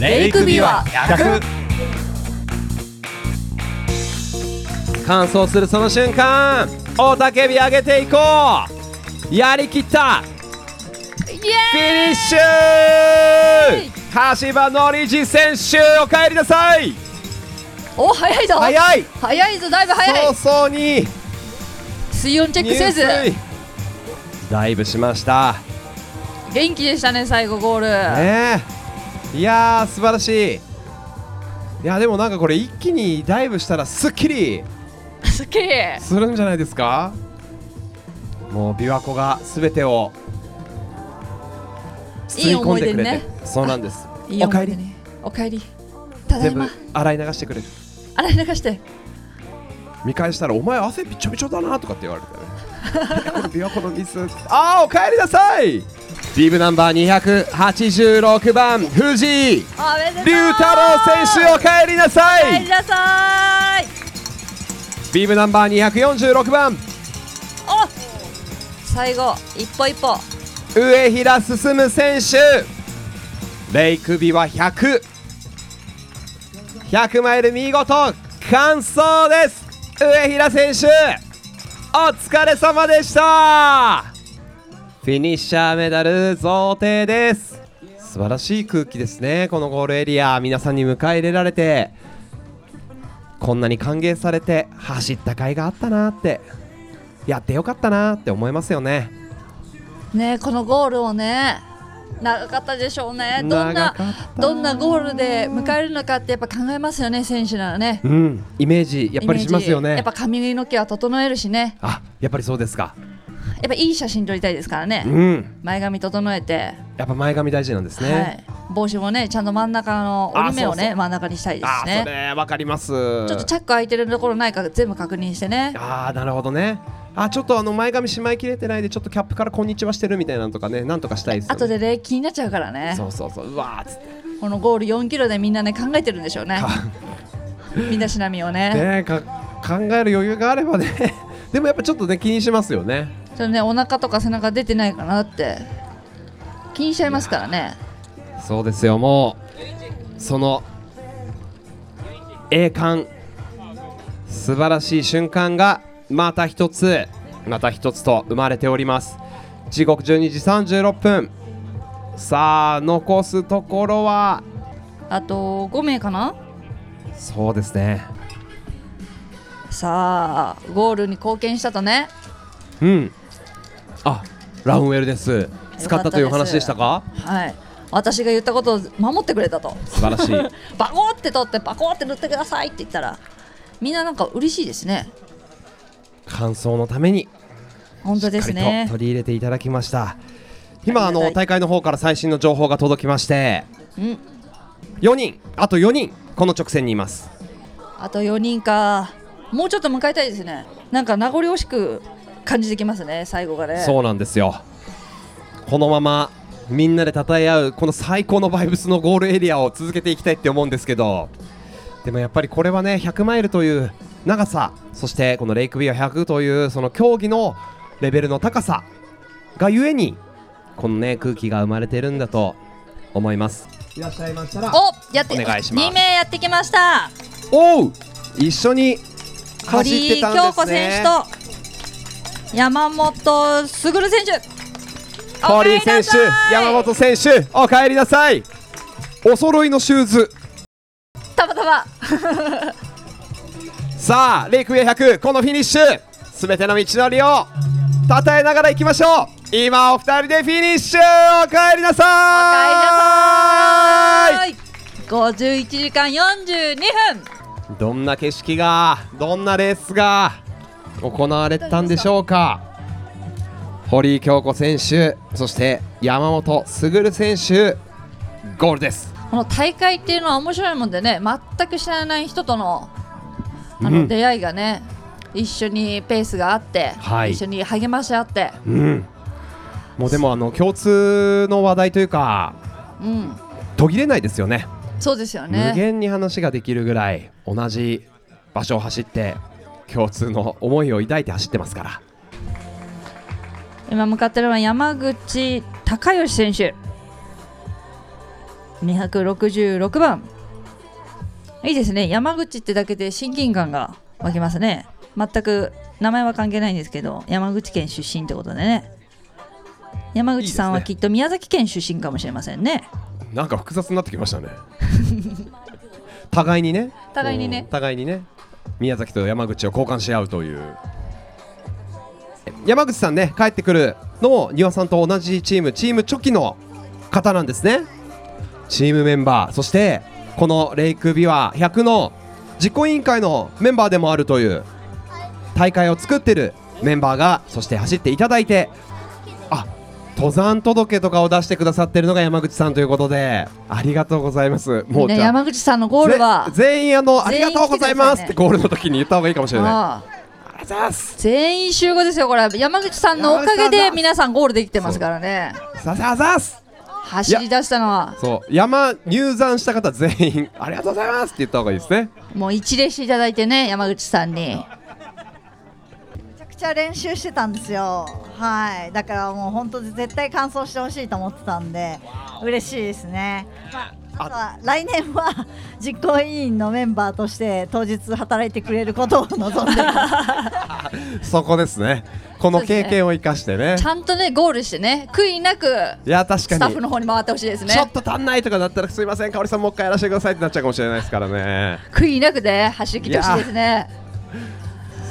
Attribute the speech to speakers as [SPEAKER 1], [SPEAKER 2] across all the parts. [SPEAKER 1] レイクビュア100
[SPEAKER 2] 乾燥するその瞬間雄たけび上げていこうやりきった
[SPEAKER 1] イ
[SPEAKER 2] フィ
[SPEAKER 1] エ
[SPEAKER 2] ニッシュ
[SPEAKER 1] イ
[SPEAKER 2] 橋場典司選手お帰りなさい
[SPEAKER 1] ーイお早いぞ
[SPEAKER 2] 早い
[SPEAKER 1] 早いぞだいぶ早い
[SPEAKER 2] 早々に
[SPEAKER 1] 水温チェック
[SPEAKER 2] 入
[SPEAKER 1] せず
[SPEAKER 2] 水ダイブしました
[SPEAKER 1] 元気でしたね最後ゴール、
[SPEAKER 2] ねえいやー素晴らしいいやでもなんかこれ一気にダイブしたらすっきり
[SPEAKER 1] すっきり
[SPEAKER 2] するんじゃないですかもう琵琶湖が全てを
[SPEAKER 1] い
[SPEAKER 2] 包
[SPEAKER 1] い
[SPEAKER 2] み込
[SPEAKER 1] 思
[SPEAKER 2] ん
[SPEAKER 1] い
[SPEAKER 2] で
[SPEAKER 1] 出
[SPEAKER 2] くれ
[SPEAKER 1] に
[SPEAKER 2] て
[SPEAKER 1] ね
[SPEAKER 2] そうなんです
[SPEAKER 1] いい
[SPEAKER 2] お
[SPEAKER 1] 思い
[SPEAKER 2] 帰
[SPEAKER 1] 出
[SPEAKER 2] り
[SPEAKER 1] ねおかえりただい
[SPEAKER 2] 全
[SPEAKER 1] ま
[SPEAKER 2] 部洗い流してくれる
[SPEAKER 1] 洗い流して
[SPEAKER 2] 見返したらお前汗びちょびちょだなとかって言われて ねこれ琵琶湖のミスああお帰りなさいリーブナンバー286番藤井
[SPEAKER 1] おめでとう
[SPEAKER 2] 龍太郎選手お帰りなさ
[SPEAKER 1] おかえ
[SPEAKER 2] い
[SPEAKER 1] りなさい
[SPEAKER 2] ビームナンバー246番
[SPEAKER 1] お最後一歩一歩
[SPEAKER 2] 上平進選手レイクビは100100マイル見事完走です上平選手お疲れ様でしたフィニッシャーメダル贈呈です素晴らしい空気ですねこのゴールエリア皆さんに迎え入れられてこんなに歓迎されて走った甲斐があったなってやってよかったなって思いますよね
[SPEAKER 1] ねえこのゴールをね長かったでしょうねどん
[SPEAKER 2] 長
[SPEAKER 1] な
[SPEAKER 2] かった
[SPEAKER 1] どんなゴールで迎えるのかってやっぱ考えますよね選手ならね
[SPEAKER 2] うん、イメージやっぱりしますよ
[SPEAKER 1] イメージ
[SPEAKER 2] ね
[SPEAKER 1] やっぱ髪の毛は整えるしね
[SPEAKER 2] あやっぱりそうですか
[SPEAKER 1] やっぱいい写真撮りたいですからね、
[SPEAKER 2] うん
[SPEAKER 1] 前髪整えて、
[SPEAKER 2] やっぱ前髪大事なんですね、
[SPEAKER 1] はい、帽子もねちゃんと真ん中の折り目を
[SPEAKER 2] あそう
[SPEAKER 1] ね
[SPEAKER 2] そう
[SPEAKER 1] 真ん中にしたいで
[SPEAKER 2] あ
[SPEAKER 1] すし
[SPEAKER 2] ーそ
[SPEAKER 1] ね
[SPEAKER 2] れわかります
[SPEAKER 1] ちょっとチャック開いてるところないか全部確認してね
[SPEAKER 2] ああなるほどねあちょっとあの前髪しまいきれてないでちょっとキャップからこんにちはしてるみたいなのとかねなんとかしたいですよ、ね、
[SPEAKER 1] 後でね気になっちゃうからね
[SPEAKER 2] そうそうそううわーっつって
[SPEAKER 1] このゴール4キロでみんなね考えてるんでしょうねみんなしなみをね
[SPEAKER 2] ねか考える余裕があればねでもやっぱちょっとね気にしますよね
[SPEAKER 1] ちょっとねお腹とか背中出てないかなって気にしちゃいますからね
[SPEAKER 2] そうですよもうその栄冠素晴らしい瞬間がまた一つまた一つと生まれております時刻12時36分さあ残すところは
[SPEAKER 1] あと5名かな
[SPEAKER 2] そうですね
[SPEAKER 1] さあゴールに貢献したとね
[SPEAKER 2] うんあラウンウェルです使ったというお話でしたか
[SPEAKER 1] はい私が言ったことを守ってくれたと
[SPEAKER 2] 素晴らしい
[SPEAKER 1] バコって取ってバコって塗ってくださいって言ったらみんななんか嬉しいですね
[SPEAKER 2] 感想のために
[SPEAKER 1] 本当で
[SPEAKER 2] し
[SPEAKER 1] す
[SPEAKER 2] っかり
[SPEAKER 1] ね
[SPEAKER 2] と取り入れていただきました今
[SPEAKER 1] あ
[SPEAKER 2] あ
[SPEAKER 1] りがたい
[SPEAKER 2] の大会の方から最新の情報が届きまして
[SPEAKER 1] うん
[SPEAKER 2] 4人あと4人この直線にいます
[SPEAKER 1] あと4人かもうちょっと迎えたいですねなんか名残惜しく感じてきますね最後がね
[SPEAKER 2] そうなんですよこのままみんなで称え合うこの最高のバイブスのゴールエリアを続けていきたいって思うんですけどでもやっぱりこれはね100マイルという長さそしてこのレイクビュー100というその競技のレベルの高さがゆえにこのね空気が生まれてるんだと思いますいらっしゃいましたら
[SPEAKER 1] おやって
[SPEAKER 2] お願いします
[SPEAKER 1] 2名やってきました
[SPEAKER 2] おう一緒に走っ
[SPEAKER 1] 堀
[SPEAKER 2] て
[SPEAKER 1] 井
[SPEAKER 2] たん
[SPEAKER 1] 京
[SPEAKER 2] です
[SPEAKER 1] 子
[SPEAKER 2] ね
[SPEAKER 1] 選手と山本卓選手
[SPEAKER 2] 堀井選手
[SPEAKER 1] お帰りなさい
[SPEAKER 2] 山本選手お帰りなさいお揃いのシューズ
[SPEAKER 1] たまたま
[SPEAKER 2] さあレイクウェイ100このフィニッシュすべての道のりをたたえながら行きましょう今お二人でフィニッシュお帰りなさい
[SPEAKER 1] はい51時間42分
[SPEAKER 2] どんな景色がどんなレースが行われたんでしょうか堀井京子選手そして山本卓選手ゴールです
[SPEAKER 1] この大会っていうのは面白いもんでね全く知らない人とのあ
[SPEAKER 2] う
[SPEAKER 1] の
[SPEAKER 2] ん
[SPEAKER 1] 出会いがね、一緒にペースがあって、
[SPEAKER 2] はい
[SPEAKER 1] 一緒に励まし合って、
[SPEAKER 2] うん、もうでもあの共通の話題というか
[SPEAKER 1] うん、
[SPEAKER 2] 途切れないですよね
[SPEAKER 1] そうですよ
[SPEAKER 2] 無
[SPEAKER 1] ね
[SPEAKER 2] 限に話ができるぐらい同じ場所を走って共通の思いを抱いて走ってますから
[SPEAKER 1] 今向かってるのは山口孝義選手266番いいですね山口ってだけで親近感が湧きますね全く名前は関係ないんですけど山口県出身ってことでね山口さんはい
[SPEAKER 2] いです
[SPEAKER 1] きっと宮崎県出身かもしれませんね
[SPEAKER 2] なんか複雑になってきま したね互いにね
[SPEAKER 1] 互いにね
[SPEAKER 2] うん互いにね宮崎と山口を交換し合うという山口さんね帰ってくるのも丹羽さんと同じチームチームチョキの方なんですねチームメンバーそしてこのレイクビワ100の実行委員会のメンバーでもあるという大会を作ってるメンバーがそして走っていただいてあ登山届とかを出してくださってるのが山口さんということでありがとうございますもう
[SPEAKER 1] ね
[SPEAKER 2] じゃあ
[SPEAKER 1] 山口さんのゴールは
[SPEAKER 2] ぜ全員あのあり
[SPEAKER 1] 全員
[SPEAKER 2] がとうございますっ
[SPEAKER 1] 来て
[SPEAKER 2] て
[SPEAKER 1] くだ
[SPEAKER 2] ゴールの時に言った方がいいかもしれない
[SPEAKER 1] ああ
[SPEAKER 2] ありがとうございます
[SPEAKER 1] 全員集合ですよこれ山口さんのおかげで皆さんゴールできてますからね
[SPEAKER 2] さあさあさあす
[SPEAKER 1] 走り出したのは
[SPEAKER 2] そう山入山した方全員ありがとうございますって言った方がいいですね
[SPEAKER 1] もう一礼していただいてね山口さんに
[SPEAKER 3] めちゃくちゃ練習してたんですよ。はい、だからもう本当に絶対完走してほしいと思ってたんで、嬉しいですね。まあ、あとは来年は実行委員のメンバーとして当日働いてくれることを望んでいます。
[SPEAKER 2] そこですねこの
[SPEAKER 1] そうで
[SPEAKER 2] 経
[SPEAKER 1] すね
[SPEAKER 2] 験を生かしてね
[SPEAKER 1] ちゃんとねゴールしてね悔いなく
[SPEAKER 2] いや確
[SPEAKER 1] スタ
[SPEAKER 2] か
[SPEAKER 1] ッ
[SPEAKER 2] に
[SPEAKER 1] フの方に回ってほしいですね
[SPEAKER 2] ちょっと足んないとかだったらすいません香織さんもう一回やらせてくださいってなっちゃうかもしれないですからね
[SPEAKER 1] 悔いなくで走り切ってほしいですね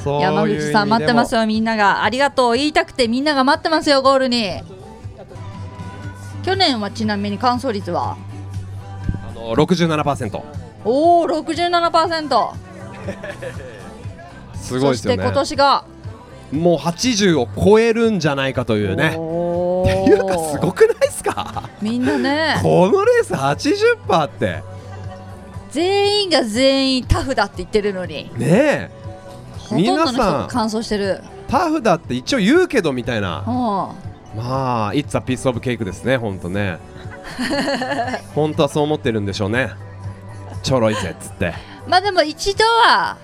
[SPEAKER 2] そういう
[SPEAKER 1] 山
[SPEAKER 2] 意味
[SPEAKER 1] 口さん待ってます
[SPEAKER 2] よ
[SPEAKER 1] よみんながありがとう言いたくてみんなが待ってますよゴールに去年はちなみに完走率は
[SPEAKER 2] あの67%
[SPEAKER 1] おお67%
[SPEAKER 2] すごい
[SPEAKER 1] そ
[SPEAKER 2] で
[SPEAKER 1] し
[SPEAKER 2] すよ
[SPEAKER 1] て
[SPEAKER 2] ね
[SPEAKER 1] 今年が
[SPEAKER 2] もう80を超えるんじゃないかというね
[SPEAKER 1] お
[SPEAKER 2] って
[SPEAKER 1] ー
[SPEAKER 2] いうかすごくないですか
[SPEAKER 1] みんなね
[SPEAKER 2] このレース80%って
[SPEAKER 1] 全員が全員タフだって言ってるのに
[SPEAKER 2] ねえ
[SPEAKER 1] ほとんどの人
[SPEAKER 2] 皆さ
[SPEAKER 1] が
[SPEAKER 2] ん
[SPEAKER 1] 完走してる
[SPEAKER 2] タフだって一応言うけどみたいな
[SPEAKER 1] うん
[SPEAKER 2] まあ It's a piece of cake ですねほんと ね本当はそう思ってるんでしょうねちょろいぜっつって
[SPEAKER 1] まあでも一度は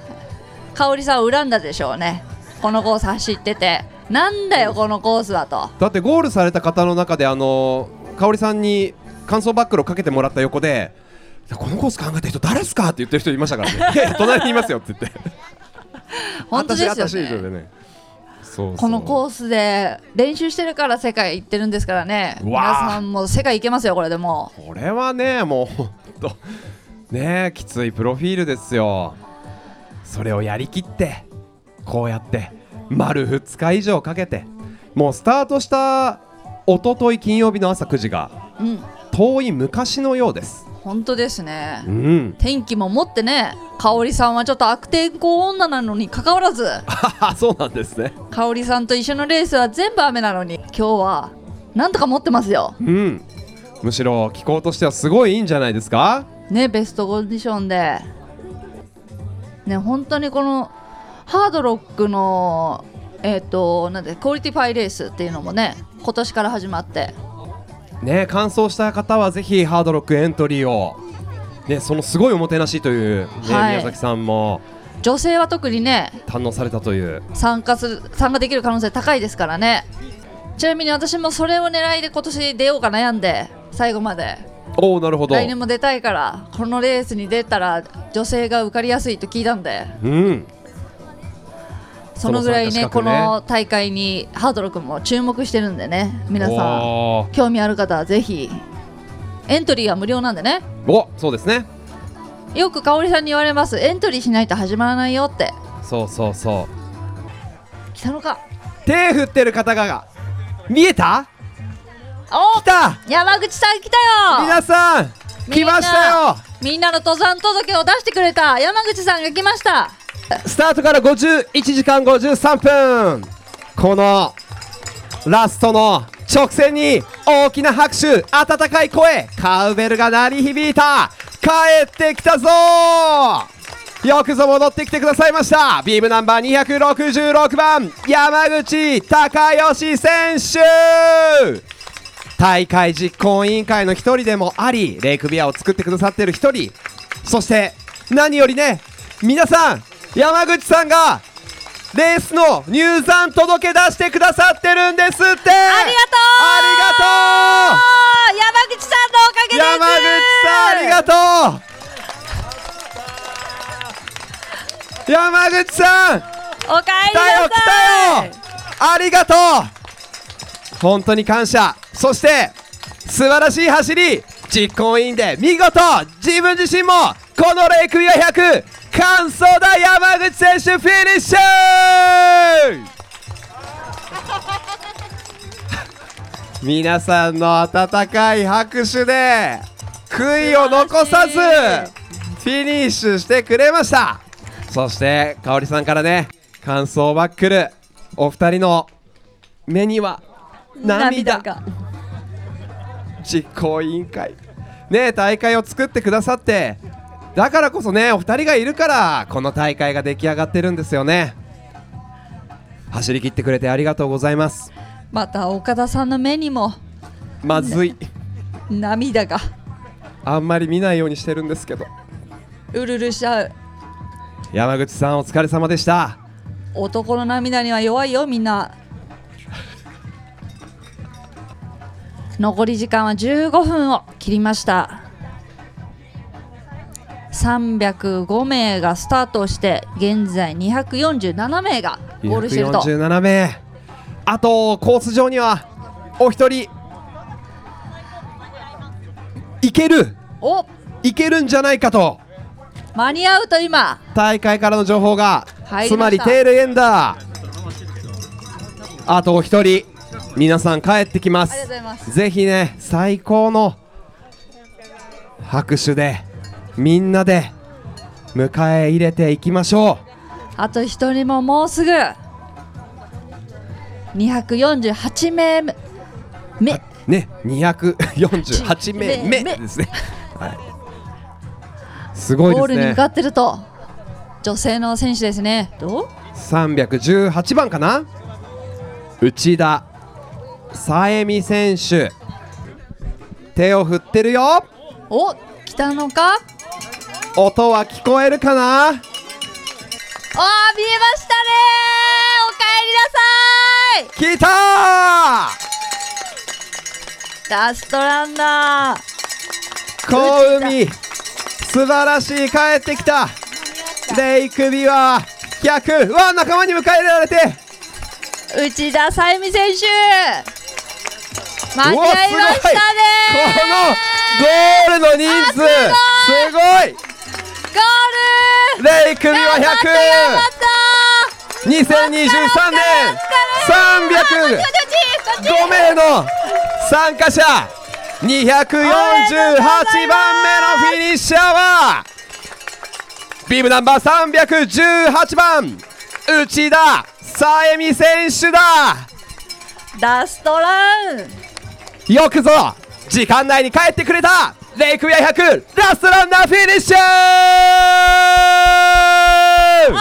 [SPEAKER 1] 香織さんを恨んだでしょうねこのコース走っててなんだよこのコースはと
[SPEAKER 2] だってゴールされた方の中であの香織さんに感想バックルをかけてもらった横でいやこのコース考えた人誰っすかって言ってる人いました からねいやいや隣にいますよって言って
[SPEAKER 1] 本当ですよ
[SPEAKER 2] 私私言うて
[SPEAKER 1] ね
[SPEAKER 2] ねそうそう
[SPEAKER 1] このコースで練習してるから世界行ってるんですからね
[SPEAKER 2] う
[SPEAKER 1] 皆
[SPEAKER 2] わー
[SPEAKER 1] さんも世界行けますよこれでも
[SPEAKER 2] これはねもうほんとねえきついプロフィールですよそれをやりきってこうやって丸2日以上かけてもうスタートした一昨日金曜日の朝9時が
[SPEAKER 1] ううん
[SPEAKER 2] 遠い昔のようです
[SPEAKER 1] 本当ですね
[SPEAKER 2] うん
[SPEAKER 1] 天気も持ってね香織さんはちょっと悪天候女なのにかかわらず
[SPEAKER 2] あそうなんですね
[SPEAKER 1] 香織さんと一緒のレースは全部雨なのに今日はなんとか持ってますよ
[SPEAKER 2] うんむしろ気候としてはすごいいいんじゃないですか
[SPEAKER 1] ねベストコンディションでね本当にこのハードロックのえっ、となんでクオリティファイレースっていうのもね今年から始まって
[SPEAKER 2] ね完走した方はぜひハードロックエントリーをねそのすごいおもてなしという、ね
[SPEAKER 1] はい
[SPEAKER 2] 宮崎さんも
[SPEAKER 1] 女性は特にね
[SPEAKER 2] 堪能されたという
[SPEAKER 1] 参加する参加できる可能性高いですからねちなみに私もそれを狙いで今年出ようか悩んで最後まで
[SPEAKER 2] おおなるほど
[SPEAKER 1] 来年も出たいからこのレースに出たら女性が受かりやすいと聞いたんで
[SPEAKER 2] うん
[SPEAKER 1] そのぐらいね
[SPEAKER 2] その
[SPEAKER 1] こ
[SPEAKER 2] 参加資格ね
[SPEAKER 1] の大会にハードロックも注目してるんでね皆さ
[SPEAKER 2] お
[SPEAKER 1] ん
[SPEAKER 2] ー
[SPEAKER 1] 興味ある方はぜひエントリーは無料なんでね
[SPEAKER 2] おそうですね
[SPEAKER 1] よく香織さんに言われますエントリーしないと始まらないよって
[SPEAKER 2] そうそうそ
[SPEAKER 1] 来たのか
[SPEAKER 2] う手振ってる方が見えた
[SPEAKER 1] お
[SPEAKER 2] 来た
[SPEAKER 1] 山口さん来たよ
[SPEAKER 2] 皆さん来ましたよ
[SPEAKER 1] みんなの登山届を出してくれた山口さんが来ました
[SPEAKER 2] スタートから51時間53分このラストの直線に大きな拍手温かい声カウベルが鳴り響いた帰ってきたぞよくぞ戻ってきてくださいましたビームナンバー266番山口孝義選手大会実行委員会の一人でもありレイクビアを作ってくださってる一人そして何よりね皆さん山口さんがレースの入山届け出してくださってるんですってありがとうありがとう
[SPEAKER 1] あー山口さんのおかげです
[SPEAKER 2] 山口山口さん
[SPEAKER 1] おかえ
[SPEAKER 2] 来
[SPEAKER 1] りな
[SPEAKER 2] たよ来
[SPEAKER 1] さ
[SPEAKER 2] た
[SPEAKER 1] い
[SPEAKER 2] よありがとう本当に感謝そして素晴らしい走り実行委員で見事自分自身もこのレイクビア100完走だ山口選手フィニッシュ皆さんの温かい拍手で悔いを残さず
[SPEAKER 1] 素晴らしい
[SPEAKER 2] フィニッシュしてくれましたそして香織さんからね感想バックルお二人の目には涙
[SPEAKER 1] が
[SPEAKER 2] 実行委員会ね大会を作ってくださってだからこそねお二人がいるからこの大会が出来上がってるんですよね走り切ってくれてありがとうございます
[SPEAKER 1] また岡田さんの目にも
[SPEAKER 2] まずい
[SPEAKER 1] 涙が
[SPEAKER 2] あんまり見ないようにしてるんですけど
[SPEAKER 1] うるうるしちゃう
[SPEAKER 2] 山口さんお疲れ様でした
[SPEAKER 1] 男の涙には弱いよみんな 残り時間は15分を切りました305名がスタートして現在247名がゴールしていると
[SPEAKER 2] 147名あとコース上にはお一人いける
[SPEAKER 1] お
[SPEAKER 2] いけるんじゃないかと
[SPEAKER 1] 間に合うと今
[SPEAKER 2] 大会からの情報が
[SPEAKER 1] 入りました
[SPEAKER 2] つまりテールエンダーあとお一人皆さん帰ってきま
[SPEAKER 1] ありがとうご
[SPEAKER 2] す
[SPEAKER 1] ざいます
[SPEAKER 2] ぜひね最高の拍手でみんなで迎え入れていきましょ
[SPEAKER 1] あと一人ももうすぐ248名目
[SPEAKER 2] うね248名目
[SPEAKER 1] 目
[SPEAKER 2] ですね、はい、すごい
[SPEAKER 1] ゴー
[SPEAKER 2] で
[SPEAKER 1] ルに
[SPEAKER 2] すね
[SPEAKER 1] 向かってると女性の選手ですねどう
[SPEAKER 2] 318番かな内田さえみ選手手を振ってるよ
[SPEAKER 1] お来たのかあー
[SPEAKER 2] 音は聞こえるかな
[SPEAKER 1] 見えましたねおかえりな
[SPEAKER 2] 来た
[SPEAKER 1] さいラストランナー
[SPEAKER 2] ー小海素晴らしい帰ってきたレイクビワ100うわ仲間に迎え入れられて
[SPEAKER 1] 内田さゆみ選手間に合いましたね
[SPEAKER 2] このゴールの人数すご
[SPEAKER 1] ゴール
[SPEAKER 2] いレイクビワ
[SPEAKER 1] 頑張った頑張っ
[SPEAKER 2] 100
[SPEAKER 1] た
[SPEAKER 2] 2023年305
[SPEAKER 1] こっちこっち
[SPEAKER 2] 名の参加者248番目のフィニッシャーはビームナンバー318番内田さえみ選手だ
[SPEAKER 1] ラストラン
[SPEAKER 2] よくぞ時間内に帰ってくれたレイクウェア100ラストランナーフィニッシュ
[SPEAKER 1] おめで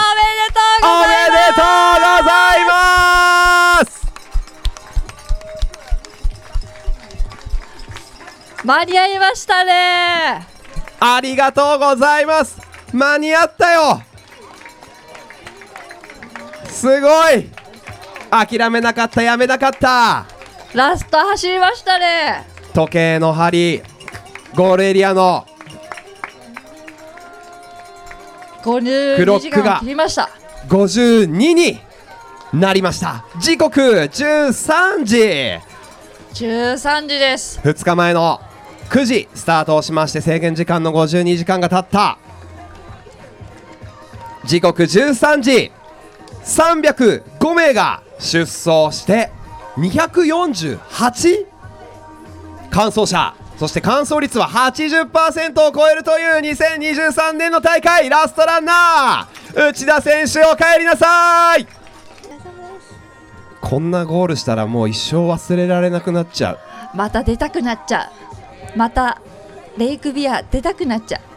[SPEAKER 1] とう
[SPEAKER 2] お
[SPEAKER 1] ご
[SPEAKER 2] め
[SPEAKER 1] ざい
[SPEAKER 2] でとう
[SPEAKER 1] ます
[SPEAKER 2] ございます
[SPEAKER 1] 間に合いましたね
[SPEAKER 2] ありがとうございます間に合ったよすごい諦めなかったやめなかった
[SPEAKER 1] ラスト走りましたね
[SPEAKER 2] 時計の針ゴールエリアのクロ
[SPEAKER 1] 52
[SPEAKER 2] ッ
[SPEAKER 1] 時
[SPEAKER 2] ク
[SPEAKER 1] 間
[SPEAKER 2] が
[SPEAKER 1] を切りました
[SPEAKER 2] 52になりました時刻13時
[SPEAKER 1] 13時です
[SPEAKER 2] 2日前の9時スタートをしまして制限時間の52時間が経った時刻13時305名が出走して248完走者そして完走率は80%を超えるという2023年の大会ラストランナー内田選手お帰りなさいこんなゴールしたらもう一生忘れられなくなっちゃう
[SPEAKER 1] また出たくなっちゃうまたレイクビア出たくなっちゃう